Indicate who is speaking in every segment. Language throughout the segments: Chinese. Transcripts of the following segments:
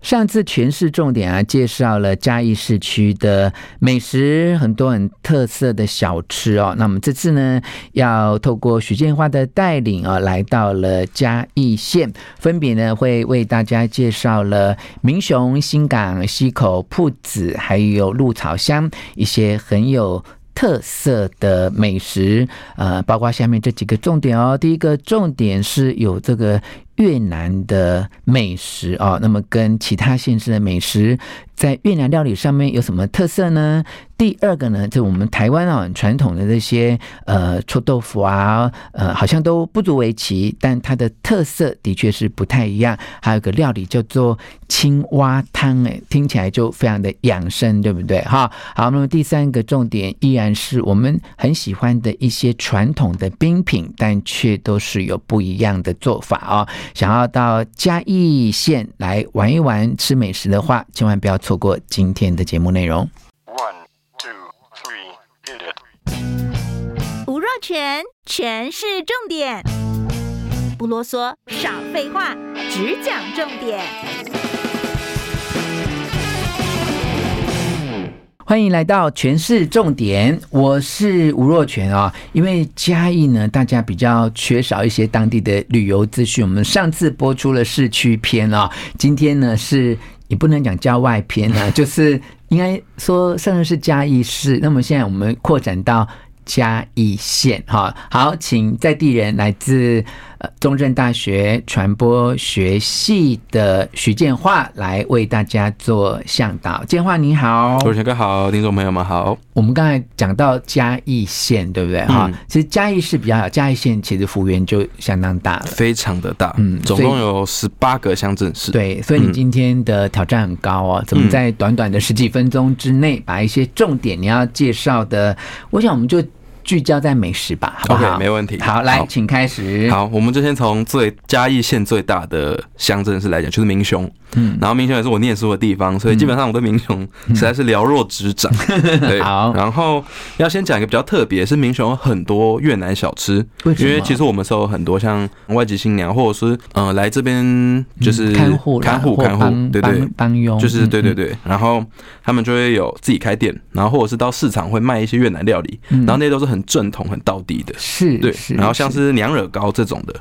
Speaker 1: 上次全市重点啊，介绍了嘉义市区的美食，很多很特色的小吃哦。那我们这次呢，要透过许建花的带领啊、哦，来到了嘉义县，分别呢会为大家介绍了民雄、新港、溪口、铺子，还有鹿草乡一些很有。特色的美食，呃，包括下面这几个重点哦。第一个重点是有这个越南的美食哦，那么跟其他县市的美食在越南料理上面有什么特色呢？第二个呢，就我们台湾啊、哦、传统的这些呃臭豆腐啊，呃好像都不足为奇，但它的特色的确是不太一样。还有个料理叫做青蛙汤，哎，听起来就非常的养生，对不对？哈，好，那么第三个重点依然是我们很喜欢的一些传统的冰品，但却都是有不一样的做法哦。想要到嘉义县来玩一玩吃美食的话，千万不要错过今天的节目内容。
Speaker 2: 吴若全，全是重点，不啰嗦，少废话，只讲重点。
Speaker 1: 欢迎来到全市重点，我是吴若全啊、哦。因为嘉义呢，大家比较缺少一些当地的旅游资讯，我们上次播出了市区篇啊、哦，今天呢是也不能讲郊外篇啊， 就是应该说上次是嘉义市，那么现在我们扩展到。嘉义县，哈好，请在地人来自呃中正大学传播学系的徐建化来为大家做向导。建化你好，
Speaker 3: 主持人哥好，听众朋友们好。
Speaker 1: 我们刚才讲到嘉义县，对不对？哈、嗯，其实嘉义市比较小，嘉义县其实幅员就相当大了，
Speaker 3: 非常的大，嗯，总共有十八个乡镇市。
Speaker 1: 对，所以你今天的挑战很高哦，嗯、怎么在短短的十几分钟之内把一些重点你要介绍的，我想我们就。聚焦在美食吧，好不好？
Speaker 3: 没问题。
Speaker 1: 好，来，请开始。
Speaker 3: 好，我们就先从最嘉义县最大的乡镇市来讲，就是民雄。嗯，然后民雄也是我念书的地方，所以基本上我对民雄实在是了若 指掌。嗯、对，
Speaker 1: 嗯好。
Speaker 3: 然后要先讲一个比较特别，是民雄有很多越南小吃，因为其实我们是有很多像外籍新娘，或者是呃来这边就是
Speaker 1: 嗯看护、
Speaker 3: 看护、看护，对对,對，
Speaker 1: 帮佣，嗯
Speaker 3: 就是对对对。然后他们就会有自己开店，然后或者是到市场会卖一些越南料理，然后那些都是。很正统、很道地的，
Speaker 1: 嗯是啊
Speaker 3: 对。然后像是娘惹糕这种的，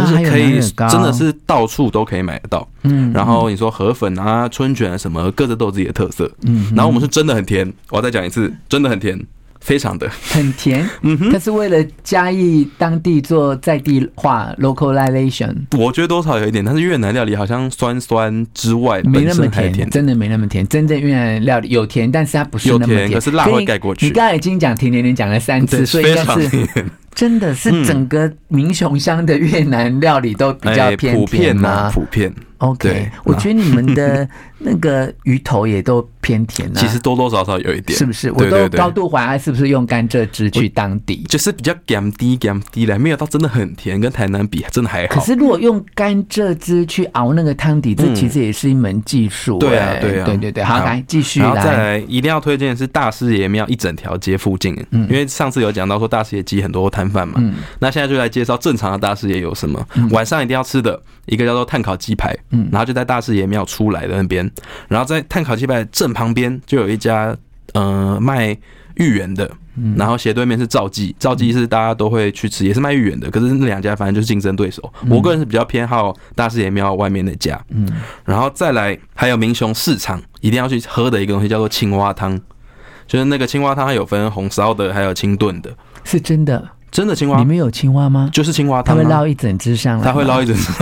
Speaker 3: 就是可以，真的是到处都可以买得到。嗯，然后你说河粉啊、春卷啊什么，各自都有自己的特色。嗯，然后我们是真的很甜，我要再讲一次，真的很甜，非常 的
Speaker 1: 很甜。嗯哼，但是为了嘉义当地做在地化 （localization），
Speaker 3: 我觉得多少有一点，但是越南料理好像酸酸之外
Speaker 1: 没那么
Speaker 3: 甜，
Speaker 1: 真的没那么甜。真正越南料理有甜，但是它不是那么甜，
Speaker 3: 可是辣会盖过去。
Speaker 1: 你刚才已经讲甜甜甜讲了三次，所以应该是。真的
Speaker 3: 嗯
Speaker 1: 是整个民雄乡的越南料理都比较偏
Speaker 3: 甜
Speaker 1: 吗？
Speaker 3: 哎普遍、啊。
Speaker 1: OK，我觉得你们的那个鱼头也都偏甜啊，
Speaker 3: 其实多多少少有一点，
Speaker 1: 是不是？我都高度怀疑是不是用甘蔗汁去当底，
Speaker 3: 就是比较甘低甘低啦，没有到真的很甜，跟台南比真的还好。嗯
Speaker 1: 可是如果用甘蔗汁去熬那个汤底，这其实也是一门技术、欸嗯。
Speaker 3: 对啊，对啊，
Speaker 1: 对对对。好，好来继续来，
Speaker 3: 然后再来一定要推荐的是大师爷庙一整条街附近，嗯、因为上次有讲到说大师爷鸡很多摊贩嘛，嗯、那现在就来介绍正常的大师爷有什么，
Speaker 1: 嗯
Speaker 3: 晚上一定要吃的一个叫做炭烤鸡排。嗯，然后就在大士爷庙出来的那边，然后在碳烤鸡排正旁边就有一家，呃，卖芋圆的，
Speaker 1: 嗯
Speaker 3: 然后斜对面是赵记，赵记是大家都会去吃，也是卖芋圆的，可是那两家反正就是竞争对手。
Speaker 1: 嗯
Speaker 3: 我个人是比较偏好大士爷庙外面那家，嗯，然后再来还有民雄市场一定要去喝的一个东西叫做青蛙汤，就是那个青蛙汤它有分红烧的，还有清炖的，
Speaker 1: 是真的。
Speaker 3: 真的青蛙？
Speaker 1: 你们有青蛙吗？
Speaker 3: 就是青蛙汤、
Speaker 1: 啊，它会捞一整只上来。
Speaker 3: 它会捞一整只，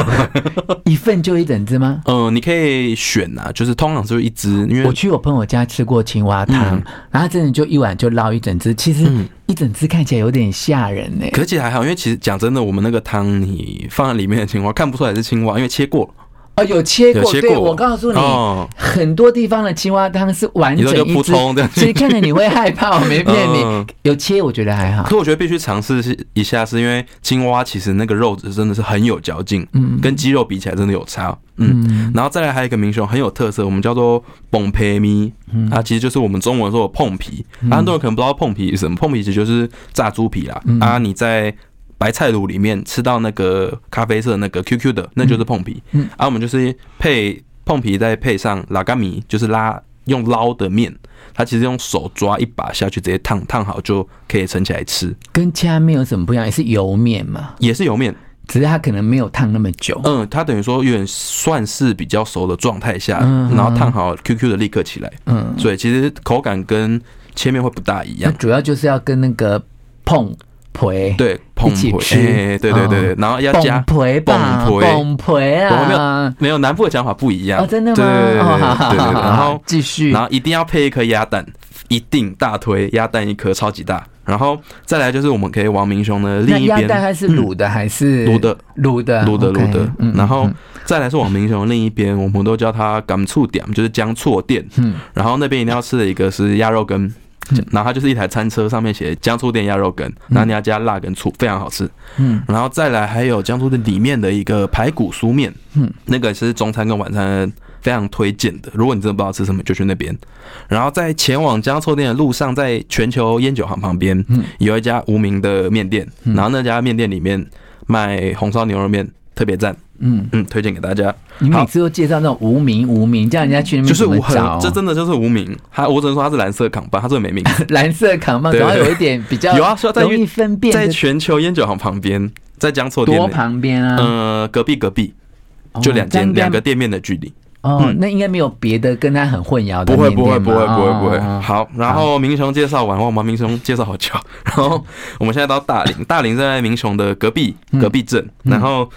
Speaker 1: 一份就一整只吗？
Speaker 3: 嗯、呃，你可以选呐、啊，就是通常是一只。因为
Speaker 1: 我去我朋友家吃过青蛙汤，嗯、然后真的就一碗就捞一整只，其实一整只看起来有点吓人呢、欸。
Speaker 3: 嗯可其实还好，因为其实讲真的，我们那个汤你放在里面的青蛙看不出来是青蛙，因为切过了。
Speaker 1: 哦，哦，有切过，
Speaker 3: 有切
Speaker 1: 对
Speaker 3: 过
Speaker 1: 我告诉你，
Speaker 3: 哦
Speaker 1: 很多地方的青蛙汤是完整
Speaker 3: 你说就
Speaker 1: 一
Speaker 3: 扑
Speaker 1: 只
Speaker 3: 通这样，
Speaker 1: 所以看着你会害怕，我没骗你
Speaker 3: 嗯。
Speaker 1: 有切我觉得还好
Speaker 3: 可，是我觉得必须尝试一下，是因为青蛙其实那个肉质真的是很有嚼劲，
Speaker 1: 嗯
Speaker 3: 跟鸡肉比起来真的有差，嗯。
Speaker 1: 嗯
Speaker 3: 然后再来还有一个民雄很有特色，我们叫做蹦皮咪，
Speaker 1: 嗯
Speaker 3: 啊，其实就是我们中文说的碰皮，啊，很多人可能不知道碰皮是什么，碰皮其实就是炸猪皮啦，
Speaker 1: 嗯
Speaker 3: 啊，你在白菜卤里面吃到那个咖啡色那个 QQ 的，那就是碰皮，
Speaker 1: 嗯
Speaker 3: 啊，我们就是配碰皮再配上拉嘎米，就是拉用捞的面。它其实用手抓一把下去，直接烫烫好就可以盛起来吃，
Speaker 1: 跟其他面有什么不一样？也是油面嘛，
Speaker 3: 也是油面。
Speaker 1: 只是它可能没有烫那么久。
Speaker 3: 嗯，它等于说有点算是比较熟的状态下，
Speaker 1: 嗯
Speaker 3: 然后烫好 QQ 的立刻起来。
Speaker 1: 嗯，
Speaker 3: 所以其实口感跟切面会不大一
Speaker 1: 那
Speaker 3: 样。
Speaker 1: 主要就是要跟那个碰培
Speaker 3: 对，蓬
Speaker 1: 一起
Speaker 3: 培
Speaker 1: 吃哦
Speaker 3: 哎对对对对，然后要加
Speaker 1: 碰培吧，
Speaker 3: 碰培
Speaker 1: 碰培
Speaker 3: 我没
Speaker 1: 啊，
Speaker 3: 没有南部的讲法不一样，
Speaker 1: 哦，真的吗？
Speaker 3: 对对对
Speaker 1: 哦好
Speaker 3: 对
Speaker 1: 好
Speaker 3: 对对
Speaker 1: 好好
Speaker 3: 对，然后
Speaker 1: 继续
Speaker 3: 然，后一定要配一颗鸭蛋，一定大推鸭蛋一颗超级大，然后再来就是我们可以往明雄的
Speaker 1: 那
Speaker 3: 另一
Speaker 1: 鸭
Speaker 3: 边嗯
Speaker 1: 蛋它是卤的还是
Speaker 3: 卤的
Speaker 1: 卤的
Speaker 3: 卤的
Speaker 1: OK，
Speaker 3: 卤的
Speaker 1: 嗯，
Speaker 3: 然后再来是往明雄的另一边，我们都叫它港醋点，就是江醋店。
Speaker 1: 嗯
Speaker 3: 然后那边一定要吃的一个是鸭肉羹，然后它就是一台餐车，上面写江醋店鸭肉羹，然后你要加辣跟醋，非常好吃。
Speaker 1: 嗯
Speaker 3: 然后再来还有江苏的里面的一个排骨酥面，
Speaker 1: 嗯
Speaker 3: 嗯，那个是中餐跟晚餐非常推荐的。如果你真的不知道吃什么，就去那边。然后在前往江臭店的路上，在全球烟酒行旁边，
Speaker 1: 嗯
Speaker 3: 有一家无名的面店，
Speaker 1: 嗯
Speaker 3: 然后那家面店里面卖红烧牛肉面。特别赞，
Speaker 1: 嗯，
Speaker 3: 嗯，推荐给大家。
Speaker 1: 你每次都介绍那种无名无名，叫人家去那边
Speaker 3: 就是
Speaker 1: 怎么
Speaker 3: 无很
Speaker 1: 找，？
Speaker 3: 这真的就是无名。他，我只能说他是蓝色扛把，他真的没名字。
Speaker 1: 蓝色扛棒，
Speaker 3: 对
Speaker 1: 然后有一点比较
Speaker 3: 有啊，说在
Speaker 1: 容易分辨
Speaker 3: 在
Speaker 1: 的
Speaker 3: 全球烟酒行旁边，在江臭店
Speaker 1: 多
Speaker 3: 的，
Speaker 1: 旁边啊，
Speaker 3: 呃，隔壁隔壁，就
Speaker 1: 哦
Speaker 3: 两
Speaker 1: 这样
Speaker 3: 间
Speaker 1: 应该
Speaker 3: 两个店面的距离。
Speaker 1: 哦，
Speaker 3: 嗯
Speaker 1: 那应该没有别的跟他很混淆的
Speaker 3: 不会
Speaker 1: 面
Speaker 3: 不会
Speaker 1: 店
Speaker 3: 不
Speaker 1: 吧
Speaker 3: 会不会
Speaker 1: 哦
Speaker 3: 不会
Speaker 1: 哦。哦
Speaker 3: 好，然后明雄介绍完，哇，我们明雄介绍好久。然后我们现在到大林，大林在明雄的隔壁
Speaker 1: 嗯
Speaker 3: 隔壁镇，
Speaker 1: 嗯
Speaker 3: 然后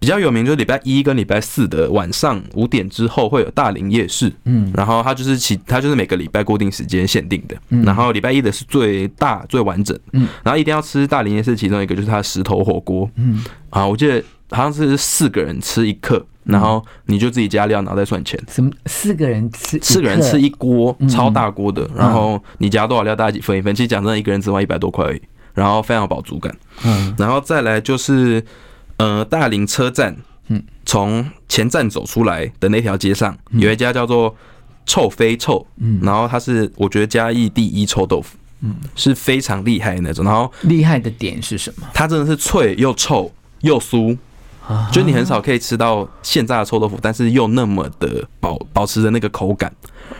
Speaker 3: 比较有名就是礼拜一跟礼拜四的晚上五点之后会有大林夜市。
Speaker 1: 嗯
Speaker 3: 然后它就是其它就是每个礼拜固定时间限定的，
Speaker 1: 嗯
Speaker 3: 然后礼拜一的是最大最完整，
Speaker 1: 嗯，
Speaker 3: 然后一定要吃大林夜市其中一个就是它的石头火锅
Speaker 1: 嗯
Speaker 3: 啊，我记得好像是四个人吃一克，然后你就自己加料，然后再算钱，
Speaker 1: 什么四个人吃
Speaker 3: 四个人吃
Speaker 1: 一
Speaker 3: 一锅
Speaker 1: 嗯
Speaker 3: 超大锅的，然后你加多少料，大家一起分一分。其实讲真的，一个人只花一百多块而已，然后非常有饱足感。
Speaker 1: 克，嗯
Speaker 3: 然后再来就是，呃，大林车站，
Speaker 1: 嗯，
Speaker 3: 从前站走出来的那条街上有一家叫做臭飞臭，
Speaker 1: 嗯
Speaker 3: 然后它是我觉得嘉义第一臭豆腐，
Speaker 1: 嗯，
Speaker 3: 是非常厉害的那种。然后
Speaker 1: 厉害的点是什么？
Speaker 3: 它真的是脆又臭又酥，
Speaker 1: 啊
Speaker 3: 就是你很少可以吃到现炸的臭豆腐，但是又那么的保保持着那个口感，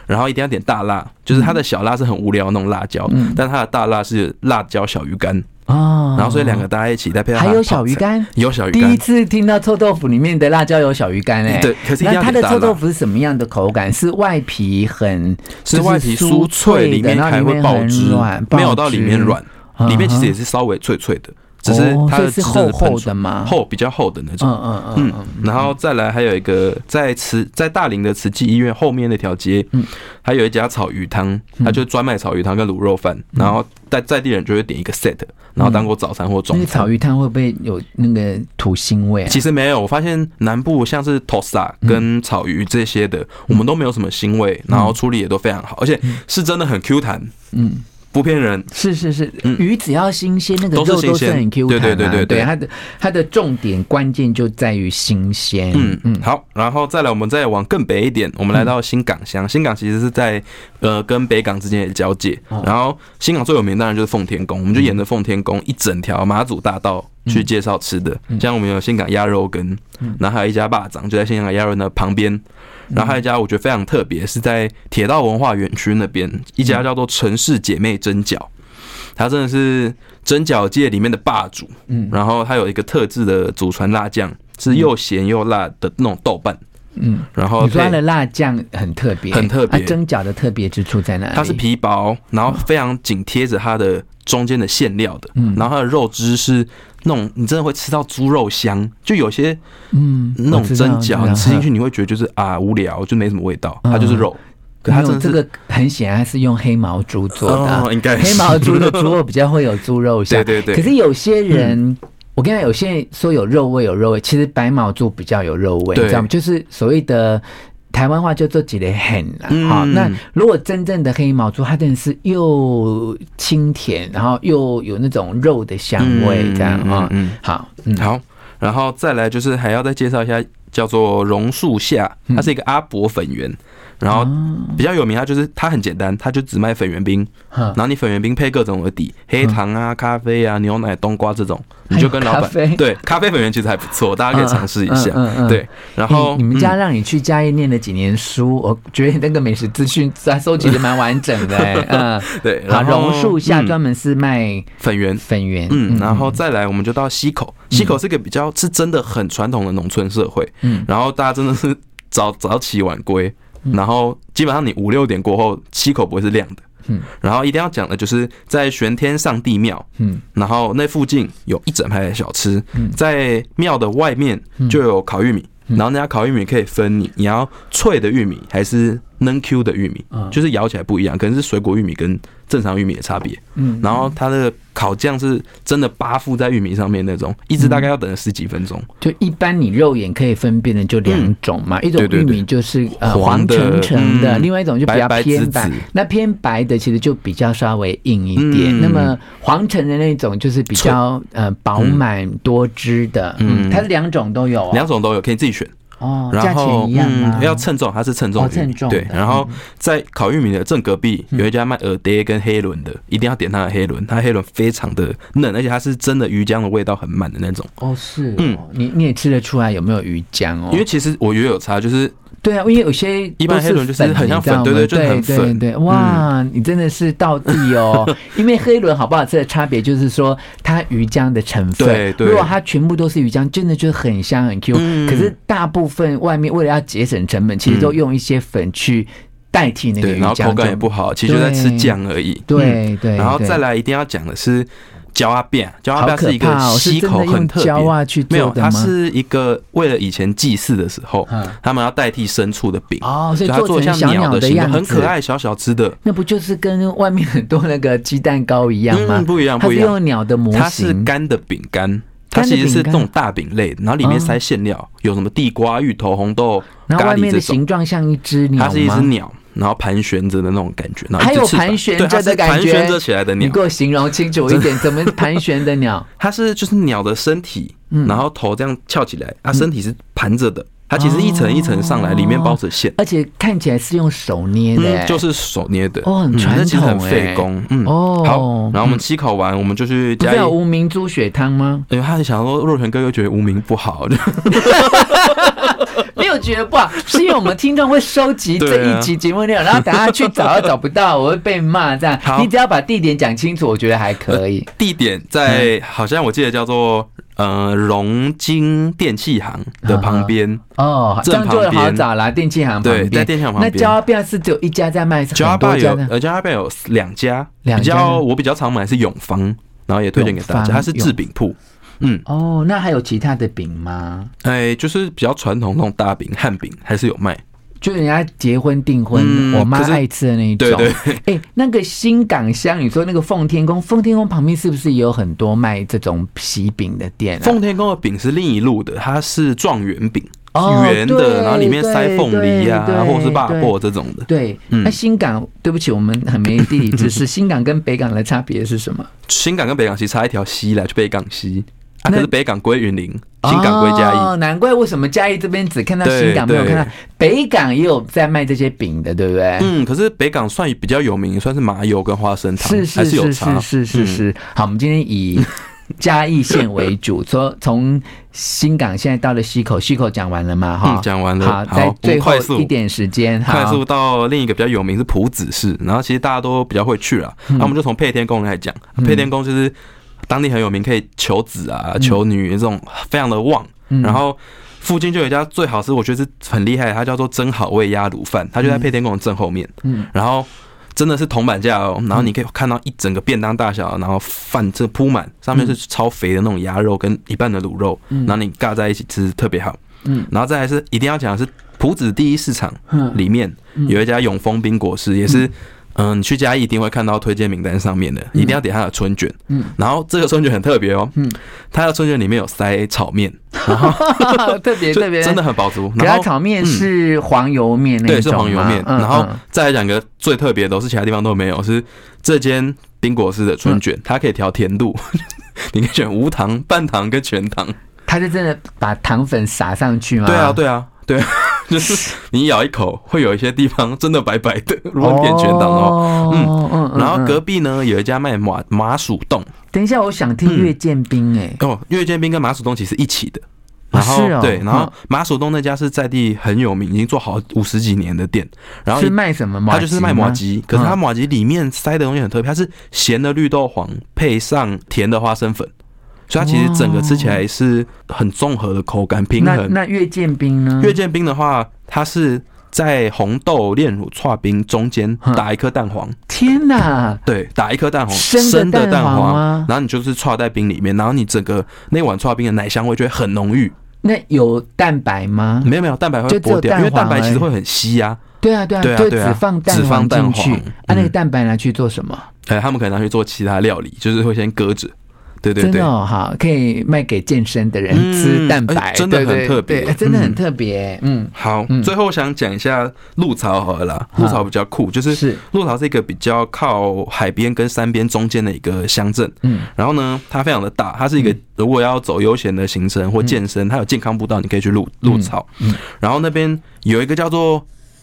Speaker 3: 然后一定要点大辣，就是它的小辣是很无聊的那种辣椒，
Speaker 1: 嗯
Speaker 3: 但它的大辣是辣椒小鱼干，
Speaker 1: 哦，
Speaker 3: 然后所以两个大家一起再配上它
Speaker 1: 还
Speaker 3: 的
Speaker 1: 有
Speaker 3: 泡
Speaker 1: 小鱼
Speaker 3: 菜，
Speaker 1: 干。
Speaker 3: 有小鱼
Speaker 1: 第一
Speaker 3: 干，
Speaker 1: 次听到臭豆腐里面的辣椒有小鱼干哎、欸，
Speaker 3: 对可是一定
Speaker 1: 那
Speaker 3: 要
Speaker 1: 它的
Speaker 3: 点大
Speaker 1: 臭豆
Speaker 3: 辣
Speaker 1: 腐是什么样的口感？是外皮很
Speaker 3: 是外皮
Speaker 1: 就是
Speaker 3: 酥脆，
Speaker 1: 的
Speaker 3: 里面
Speaker 1: 然后
Speaker 3: 还会爆
Speaker 1: 很
Speaker 3: 汁
Speaker 1: 软，
Speaker 3: 没有到里面，软，
Speaker 1: 爆汁
Speaker 3: 里面其实也
Speaker 1: 嗯
Speaker 3: 是稍微脆脆的，只是
Speaker 1: 哦
Speaker 3: 它
Speaker 1: 所以
Speaker 3: 的
Speaker 1: 是
Speaker 3: 汁
Speaker 1: 厚厚的
Speaker 3: 的
Speaker 1: 吗？
Speaker 3: 厚比较厚的那种
Speaker 1: 嗯，嗯嗯
Speaker 3: 嗯
Speaker 1: 嗯，，
Speaker 3: 然后再来还有一个在慈在大林的慈济医院后面那条街，
Speaker 1: 嗯
Speaker 3: 还有一家炒鱼汤，它就专卖炒鱼汤跟卤肉饭，
Speaker 1: 嗯
Speaker 3: 然后在在地人就会点一个 set，然后当做早餐或
Speaker 1: 那
Speaker 3: 中
Speaker 1: 个
Speaker 3: 餐。
Speaker 1: 草鱼汤会不会有那个土腥味、啊？
Speaker 3: 其实没有，我发现南部像是 tosa
Speaker 1: 嗯
Speaker 3: 跟草鱼这些的，我们都没有什么腥味，然后处理也都非常好，而且是真的很 Q 弹，
Speaker 1: 嗯，
Speaker 3: 不骗人。
Speaker 1: 是是是，
Speaker 3: 嗯
Speaker 1: 鱼只要新鲜，那个
Speaker 3: 都是
Speaker 1: 肉都
Speaker 3: 新
Speaker 1: 是
Speaker 3: 鲜
Speaker 1: 很 Q 弹、
Speaker 3: 对
Speaker 1: 啊，
Speaker 3: 对对对对
Speaker 1: 它的它的重点关键就在于新鲜。
Speaker 3: 嗯嗯，好，然后再来，我们再往更北一点，我们来到新港乡。新港其实是在呃跟北港之间的交界，
Speaker 1: 哦
Speaker 3: 然后新港最有名当然就是奉天宫，我们就沿着奉天宫一整条马祖大道去介绍吃的，像我们有新港鸭肉羹，然后还有一家霸掌就在新港鸭肉的旁边，然后还有一家我觉得非常特别，是在铁道文化园区那边一家叫做城市姐妹蒸饺，它真的是蒸饺界里面的霸主。
Speaker 1: 嗯
Speaker 3: 然后它有一个特制的祖传辣酱，是又咸又辣的那种豆瓣，
Speaker 1: 嗯，
Speaker 3: 然后
Speaker 1: 你说它的
Speaker 3: 配
Speaker 1: 辣酱很特别，
Speaker 3: 哦很特别
Speaker 1: 它蒸饺的特别之处在哪里？
Speaker 3: 它是皮薄，然后非常紧贴着它的中间的馅料的，
Speaker 1: 嗯
Speaker 3: 然后它的肉汁是那种你真的会吃到猪肉香，就有些
Speaker 1: 嗯，
Speaker 3: 那
Speaker 1: 我
Speaker 3: 种
Speaker 1: 知
Speaker 3: 蒸
Speaker 1: 道
Speaker 3: 饺你吃进去，你会觉得就是啊无聊，就没什么味道，
Speaker 1: 嗯
Speaker 3: 它就是肉，可
Speaker 1: 然
Speaker 3: 它
Speaker 1: 后
Speaker 3: 真的
Speaker 1: 这
Speaker 3: 是
Speaker 1: 个很显然它是用黑毛猪做的啊、
Speaker 3: 哦应该是
Speaker 1: 黑毛猪的猪肉比较会有猪肉香，
Speaker 3: 对对对嗯
Speaker 1: 可是有些人。我跟你讲，有些人说有肉味有肉味，其实白毛猪比较有肉味，
Speaker 3: 对
Speaker 1: 你知道吗？就是所谓的。台湾话叫做“几类很”啦，
Speaker 3: 嗯
Speaker 1: 好、那如果真正的黑毛猪，它真的是又清甜，然后又有那种肉的香味，这样啊、
Speaker 3: 嗯嗯嗯
Speaker 1: 好，嗯，
Speaker 3: 好，然后再来就是还要再介绍一下，叫做榕树下，
Speaker 1: 嗯
Speaker 3: 它是一个阿伯粉圆，然后
Speaker 1: 啊
Speaker 3: 比较有名，它就是它很简单，它就只卖粉圆冰，
Speaker 1: 嗯
Speaker 3: 然后你粉圆冰配各种的底，黑糖啊、咖啡啊、牛奶、冬瓜这 种，你就跟老
Speaker 1: 还有咖啡
Speaker 3: 板对咖啡粉圆其实还不错，大家可以尝试一下
Speaker 1: 嗯嗯嗯嗯。
Speaker 3: 对，然后
Speaker 1: 你你们家
Speaker 3: 嗯
Speaker 1: 让你去嘉义念了几年书，我觉得那个美食资讯它收集的蛮完整 的、欸，嗯，
Speaker 3: 对，
Speaker 1: 好，
Speaker 3: 然后
Speaker 1: 榕树下
Speaker 3: 嗯
Speaker 1: 专门是卖
Speaker 3: 粉圆。
Speaker 1: 粉圆，
Speaker 3: 嗯，然后再来我们就到溪口，溪口是个比较是真的很传统的农村社会，
Speaker 1: 嗯
Speaker 3: 然后大家真的是早早起晚归，然后基本上你五六点过后，溪口不会是亮的。
Speaker 1: 嗯，
Speaker 3: 然后一定要讲的就是在玄天上帝庙，
Speaker 1: 嗯
Speaker 3: 然后那附近有一整排的小吃，
Speaker 1: 嗯
Speaker 3: 在庙的外面就有烤玉米，然后那家烤玉米可以分你，你要脆的玉米还是嫩 Q 的玉米，
Speaker 1: 嗯
Speaker 3: 就是咬起来不一样，可能是水果玉米跟正常玉米的差别。
Speaker 1: 嗯，
Speaker 3: 然后它的烤酱是真的扒附在玉米上面那种，一直大概要等了十几分钟。
Speaker 1: 就一般你肉眼可以分辨的就两种嘛，一种
Speaker 3: 嗯对对
Speaker 1: 玉
Speaker 3: 对
Speaker 1: 米就是呃黄
Speaker 3: 黄的
Speaker 1: 橙橙的，
Speaker 3: 嗯
Speaker 1: 另外一种就比较
Speaker 3: 白白紫
Speaker 1: 偏白
Speaker 3: 紫，
Speaker 1: 那偏白的其实就比较稍微硬一点，
Speaker 3: 嗯
Speaker 1: 那么黄橙的那种就是比较呃饱满多汁的，嗯，
Speaker 3: 嗯
Speaker 1: 它两种都有哦，
Speaker 3: 两种都有，可以自己选。
Speaker 1: 哦，价
Speaker 3: 然后嗯
Speaker 1: 钱一样吗？
Speaker 3: 要称重，它是称重
Speaker 1: 哦
Speaker 3: 玉米、
Speaker 1: 称重的嗯
Speaker 3: 对，然后在烤玉米的正隔壁有一家卖耳爹跟黑轮的，一定要点它的黑轮，它的黑轮非常的嫩，而且它是真的鱼浆的味道很满的那种。
Speaker 1: 哦是哦，
Speaker 3: 嗯
Speaker 1: 你你也吃得出来有没有鱼浆哦？
Speaker 3: 因为其实我觉得有差，就是
Speaker 1: 对啊，因为有些
Speaker 3: 一般
Speaker 1: 都
Speaker 3: 黑轮就是很
Speaker 1: 你
Speaker 3: 像粉
Speaker 1: 知道吗
Speaker 3: 对对就是很粉嗯
Speaker 1: 对对对，哇，你真的是到地 哦！因为黑轮好不好吃的差别就是说它鱼浆的成分，
Speaker 3: 对对
Speaker 1: 如果它全部都是鱼浆，真的就是很香很 Q、
Speaker 3: 嗯
Speaker 1: 可是大部分外面为了要节省成本，其实都用一些粉去代替那个
Speaker 3: 对，
Speaker 1: 鱼
Speaker 3: 然后
Speaker 1: 浆，
Speaker 3: 口感也不好，其实就在吃
Speaker 1: 对
Speaker 3: 酱而已。嗯
Speaker 1: 对对，
Speaker 3: 然后再
Speaker 1: 对。
Speaker 3: 来一定要讲的是焦阿变，焦阿
Speaker 1: 好
Speaker 3: 变
Speaker 1: 可
Speaker 3: 一个
Speaker 1: 怕哦！是
Speaker 3: 溪
Speaker 1: 真
Speaker 3: 口
Speaker 1: 的
Speaker 3: 很
Speaker 1: 用
Speaker 3: 特别。
Speaker 1: 胶啊去
Speaker 3: 没有
Speaker 1: 做，的
Speaker 3: 它
Speaker 1: 吗？
Speaker 3: 是一个为了以前祭祀的时候
Speaker 1: 嗯，
Speaker 3: 他们要代替牲畜的饼，
Speaker 1: 哦，所以
Speaker 3: 它做
Speaker 1: 做成
Speaker 3: 像
Speaker 1: 小鸟
Speaker 3: 的
Speaker 1: 的
Speaker 3: 形
Speaker 1: 样
Speaker 3: 状，
Speaker 1: 子，
Speaker 3: 很可爱，小小只的。
Speaker 1: 那不就是跟外面很多那个鸡蛋糕一样吗？
Speaker 3: 嗯不一样
Speaker 1: 它
Speaker 3: 不
Speaker 1: 是
Speaker 3: 一样
Speaker 1: 用鸟的模
Speaker 3: 它是
Speaker 1: 型，
Speaker 3: 干的饼干，它
Speaker 1: 干的
Speaker 3: 其实是
Speaker 1: 饼干
Speaker 3: 这种大饼类，然后里面塞馅料，有什么地瓜、芋头、红豆、
Speaker 1: 然后
Speaker 3: 咖
Speaker 1: 外
Speaker 3: 喱
Speaker 1: 面
Speaker 3: 这
Speaker 1: 的
Speaker 3: 种
Speaker 1: 形。状像一只鸟吗？
Speaker 3: 它是一只鸟，然后盘旋着的那种感觉，然后
Speaker 1: 还
Speaker 3: 一只
Speaker 1: 有
Speaker 3: 翅膀
Speaker 1: 盘旋
Speaker 3: 对它
Speaker 1: 着
Speaker 3: 是
Speaker 1: 的感觉
Speaker 3: 盘旋着起来的
Speaker 1: 你
Speaker 3: 鸟
Speaker 1: 给，我形容清楚一点，怎么盘旋的鸟？
Speaker 3: 它是就是鸟的身体，
Speaker 1: 嗯
Speaker 3: 然后头这样翘起来，它身体是盘着的，它其实一层一层上
Speaker 1: 哦
Speaker 3: 来，里面包着馅。
Speaker 1: 而且看起来是用手捏的、欸
Speaker 3: 嗯，就是手捏的，
Speaker 1: 哦很
Speaker 3: 嗯
Speaker 1: 传
Speaker 3: 那其实很
Speaker 1: 统欸
Speaker 3: 费工，嗯，
Speaker 1: 哦
Speaker 3: 好，然后我们七口完，我们就去
Speaker 1: 不
Speaker 3: 嘉
Speaker 1: 是啊有
Speaker 3: 义，
Speaker 1: 无名猪血汤吗？
Speaker 3: 因为他想说若泉哥又觉得无名不好， 就
Speaker 1: 没有觉得不好，是因为我们听众会收集
Speaker 3: 对
Speaker 1: 这
Speaker 3: 啊
Speaker 1: 一集节目内容，然后等下去找又找不到，我会被骂这样。
Speaker 3: 好
Speaker 1: 你只要把地点讲清楚，我觉得还可 以。
Speaker 3: 地点
Speaker 1: 嗯
Speaker 3: 在好像我记得叫做呃荣金电器行的旁边，
Speaker 1: 哦，这
Speaker 3: 正
Speaker 1: 样
Speaker 3: 旁
Speaker 1: 就
Speaker 3: 边
Speaker 1: 好找啦，电器行旁边。
Speaker 3: 对在电器行旁
Speaker 1: 那
Speaker 3: 边
Speaker 1: 焦边是只有一家在卖，是
Speaker 3: 加
Speaker 1: 很
Speaker 3: 爸
Speaker 1: 多
Speaker 3: 有
Speaker 1: 家的。
Speaker 3: 呃加爸有两家，
Speaker 1: 两家
Speaker 3: 比较我比较常买是永芳，然后也推荐给大
Speaker 1: 永芳
Speaker 3: 家，它是制饼铺。嗯，
Speaker 1: 哦，那还有其他的饼吗？
Speaker 3: 哎，就是比较传统那种大饼、汉饼还是有卖。
Speaker 1: 就人家结婚订婚，
Speaker 3: 嗯
Speaker 1: 我妈
Speaker 3: 可是
Speaker 1: 爱吃的那一种。
Speaker 3: 对对
Speaker 1: 哎、那个新港乡，你说那个奉天宫，奉天宫旁边是不是也有很多卖这种喜饼的店、啊？
Speaker 3: 奉天宫的饼是另一路的，它是状元饼，
Speaker 1: 哦
Speaker 3: 圆
Speaker 1: 对
Speaker 3: 的，然后里面塞凤梨呀、
Speaker 1: 对对对
Speaker 3: 或是霸薄这种的。
Speaker 1: 对，
Speaker 3: 嗯
Speaker 1: 那新港，对不起，我们很没地理知 识。新港跟北港的差别是什么？
Speaker 3: 新港跟北港其实差一条溪来，就北港溪。啊，
Speaker 1: 那
Speaker 3: 可是北港归云林，新港归嘉
Speaker 1: 哦，
Speaker 3: 义。
Speaker 1: 难怪为什么嘉义这边只看到
Speaker 3: 对
Speaker 1: 新港，没有
Speaker 3: 对
Speaker 1: 看到北港也有在卖这些饼的，对不对？
Speaker 3: 嗯，可是北港算比较有名，算是麻油跟花生糖，
Speaker 1: 是
Speaker 3: 还
Speaker 1: 是
Speaker 3: 是有
Speaker 1: 是
Speaker 3: 嗯差。
Speaker 1: 是是是是。好，我们今天以嘉义县为主， 说从新港现在到了溪口，溪口讲完了嘛？哈、
Speaker 3: 嗯讲完了
Speaker 1: 好，
Speaker 3: 好
Speaker 1: 在
Speaker 3: 我们
Speaker 1: 最后
Speaker 3: 快速
Speaker 1: 一点时间，好
Speaker 3: 快速到另一个比较有名是埔子市，然后其实大家都比较会去啦。
Speaker 1: 嗯
Speaker 3: 那、我们就从配天宫来讲，配天宫就是当地很有名，可以求子
Speaker 1: 嗯
Speaker 3: 啊、求女这种非常的旺。然后附近就有一家最好吃，我觉得是很厉害的，它叫做真好味鸭卤饭，它就在配天宫的正后面。
Speaker 1: 嗯
Speaker 3: 然后。真的是铜板价哦，然后你可以看到一整个便当大小，然后饭这铺满，上
Speaker 1: 嗯
Speaker 3: 面是超肥的那种鸭肉跟一半的卤肉，然后你尬在一起吃特别好。
Speaker 1: 嗯，
Speaker 3: 然后再来是一定要讲的是埔子第一市场
Speaker 1: 嗯
Speaker 3: 里面有一家永丰冰果室，也是嗯，你去嘉义一定会看到推荐名单上面的，一定要点它的春卷。
Speaker 1: 嗯，
Speaker 3: 然后这个春卷很特别哦，
Speaker 1: 嗯，
Speaker 3: 它的春卷里面有塞炒面，
Speaker 1: 特别
Speaker 3: 就
Speaker 1: 特别
Speaker 3: 真的。很饱足。
Speaker 1: 可
Speaker 3: 然
Speaker 1: 它
Speaker 3: 后
Speaker 1: 炒面
Speaker 3: 嗯
Speaker 1: 是黄油面那
Speaker 3: 对，
Speaker 1: 一
Speaker 3: 是
Speaker 1: 种
Speaker 3: 黄油
Speaker 1: 吗
Speaker 3: 面。
Speaker 1: 嗯
Speaker 3: 然后
Speaker 1: 嗯
Speaker 3: 再来两个最特别的，都是其他地方都没有，是这间冰果师的春
Speaker 1: 嗯
Speaker 3: 卷，它可以调甜度， 你可以选无糖、半糖跟全糖。
Speaker 1: 它是真的把糖粉撒上去吗？
Speaker 3: 对啊，对啊，对 啊，就是你咬一口，会有一些地方真的白白的，如果你点全糖的话。
Speaker 1: 哦嗯嗯嗯
Speaker 3: 然后隔
Speaker 1: 嗯
Speaker 3: 壁呢有一家卖麻麻薯冻
Speaker 1: 等一下，我想听
Speaker 3: 嗯
Speaker 1: 月见冰哎，
Speaker 3: 哦，月见冰跟麻薯冻其实一起的。
Speaker 1: 啊
Speaker 3: 然后、
Speaker 1: 是哦
Speaker 3: 对，然
Speaker 1: 嗯
Speaker 3: 后麻薯冻那家是在地很有名，已经做好五十几年的店。然后一
Speaker 1: 是卖什么吗？
Speaker 3: 它就是卖麻
Speaker 1: 麻
Speaker 3: 吉，可是它
Speaker 1: 嗯
Speaker 3: 麻吉里面塞的东西很特别，它是咸的绿豆黄配上甜的花生粉，所以它其实整个吃起来是很综合的口感平
Speaker 1: 哦那嗯
Speaker 3: 衡。
Speaker 1: 那月见冰呢？
Speaker 3: 月见冰的话，它是在红豆炼乳刨冰中间
Speaker 1: 嗯
Speaker 3: 打一颗蛋黄，
Speaker 1: 天哪，
Speaker 3: 对，打一颗蛋黄，
Speaker 1: 生的
Speaker 3: 生的
Speaker 1: 蛋
Speaker 3: 蛋
Speaker 1: 黄
Speaker 3: 黄
Speaker 1: 吗，
Speaker 3: 然后你就是刨在冰里面，然后你整个那碗刨冰的奶香味就会很浓郁。
Speaker 1: 那有蛋白吗？
Speaker 3: 没有没有，蛋白
Speaker 1: 嗯
Speaker 3: 会
Speaker 1: 就只有
Speaker 3: 剥掉，
Speaker 1: 蛋
Speaker 3: 因为蛋
Speaker 1: 黄
Speaker 3: 白其
Speaker 1: 而
Speaker 3: 实
Speaker 1: 已
Speaker 3: 会很稀啊。
Speaker 1: 对啊对啊，
Speaker 3: 对啊
Speaker 1: 就
Speaker 3: 对啊
Speaker 1: 只放蛋
Speaker 3: 只放
Speaker 1: 进
Speaker 3: 蛋
Speaker 1: 去
Speaker 3: 黄，
Speaker 1: 啊，那个
Speaker 3: 嗯
Speaker 1: 蛋白拿去做什么？
Speaker 3: 呃，他们可能拿去做其他料理，就是会先搁着。对对
Speaker 1: 真
Speaker 3: 对
Speaker 1: 的，哦，好，可以卖给健身的人
Speaker 3: 嗯
Speaker 1: 吃蛋白，
Speaker 3: 而且真的
Speaker 1: 对对
Speaker 3: 很特别
Speaker 1: 对真的很
Speaker 3: 嗯
Speaker 1: 特别，嗯，
Speaker 3: 好，
Speaker 1: 嗯
Speaker 3: 最后想讲一下鹿巢好了啦，鹿巢比较酷，就是
Speaker 1: 是，
Speaker 3: 鹿巢是一个比较靠海边跟山边中间的一个乡镇。
Speaker 1: 嗯，
Speaker 3: 然后呢，它非常的大，它是一个如果要走悠闲的行程或健身，它有健康步道，你可以去鹿鹿巢
Speaker 1: 嗯嗯。
Speaker 3: 然后那边有一个叫做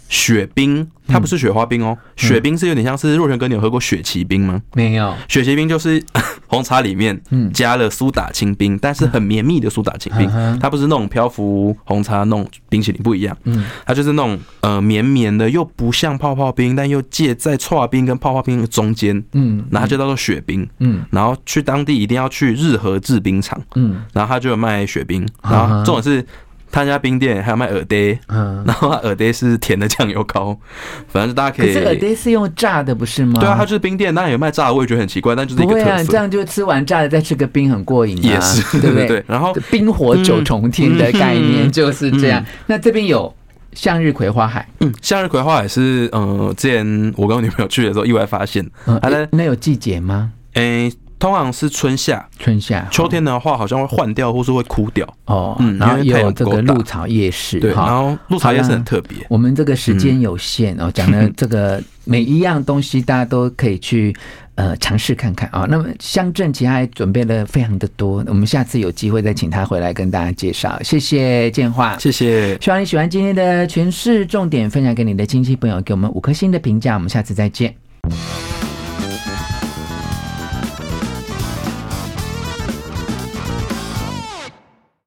Speaker 3: 雪冰，它不是雪花冰哦，
Speaker 1: 嗯
Speaker 3: 雪冰是有点像是若泉哥，你有喝过雪奇冰吗？
Speaker 1: 没有，
Speaker 3: 雪奇冰就是 红茶里面
Speaker 1: 嗯
Speaker 3: 加了苏打清冰，但是很绵密的苏打清冰
Speaker 1: 嗯哼，
Speaker 3: 它不是那种漂浮红茶那种冰淇淋不一样，
Speaker 1: 嗯，
Speaker 3: 它就是那种呃绵绵的，又不像泡泡冰，但又介在搓冰跟泡泡冰的中间，
Speaker 1: 嗯，
Speaker 3: 然后它就叫做雪冰。
Speaker 1: 嗯
Speaker 3: 然后去当地一定要去日和制冰厂，
Speaker 1: 嗯
Speaker 3: 然后它就有卖雪冰，
Speaker 1: 嗯
Speaker 3: 然后重点是他家冰店还有卖耳爹，
Speaker 1: 嗯，
Speaker 3: 然后它耳爹是甜的酱油膏，反正大家可
Speaker 1: 可
Speaker 3: 以
Speaker 1: 是耳爹是用炸的，不是吗？
Speaker 3: 对啊，它就是冰店，当然有卖炸的，我也觉得很奇怪，但就是一
Speaker 1: 不
Speaker 3: 个
Speaker 1: 会
Speaker 3: 特
Speaker 1: 啊，这
Speaker 3: 色。
Speaker 1: 样就吃完炸的再吃个冰很过瘾啊，
Speaker 3: 也是，
Speaker 1: 对不
Speaker 3: 对对。然后
Speaker 1: 冰火九重天的概念就是这样。
Speaker 3: 嗯
Speaker 1: 那这边有向日葵花海，
Speaker 3: 嗯，向日葵花也是，呃，之前我跟我女朋友去的时候意外发现，
Speaker 1: 嗯
Speaker 3: 它在，
Speaker 1: 那有季节吗？
Speaker 3: 诶、通常是春夏，
Speaker 1: 春夏、
Speaker 3: 秋天的话好像会换掉或是会枯掉。
Speaker 1: 哦，
Speaker 3: 嗯
Speaker 1: 然后
Speaker 3: 因为
Speaker 1: 也
Speaker 3: 太阳
Speaker 1: 有这
Speaker 3: 不
Speaker 1: 个
Speaker 3: 够大
Speaker 1: 鹿草夜市，
Speaker 3: 对，然
Speaker 1: 哈。
Speaker 3: 后嗯鹿草也是很特别。
Speaker 1: 我们这个时间有限哦，讲 的这个每一样东西，大家都可以去呃尝试看看啊、那么乡镇其实还准备了非常的多，我们下次有机会再请他回来跟大家介绍。谢谢建华，
Speaker 3: 谢谢，
Speaker 1: 希望你喜欢今天的全市重点，分享给你的亲戚朋友，给我们五颗星的评价。我们下次再见。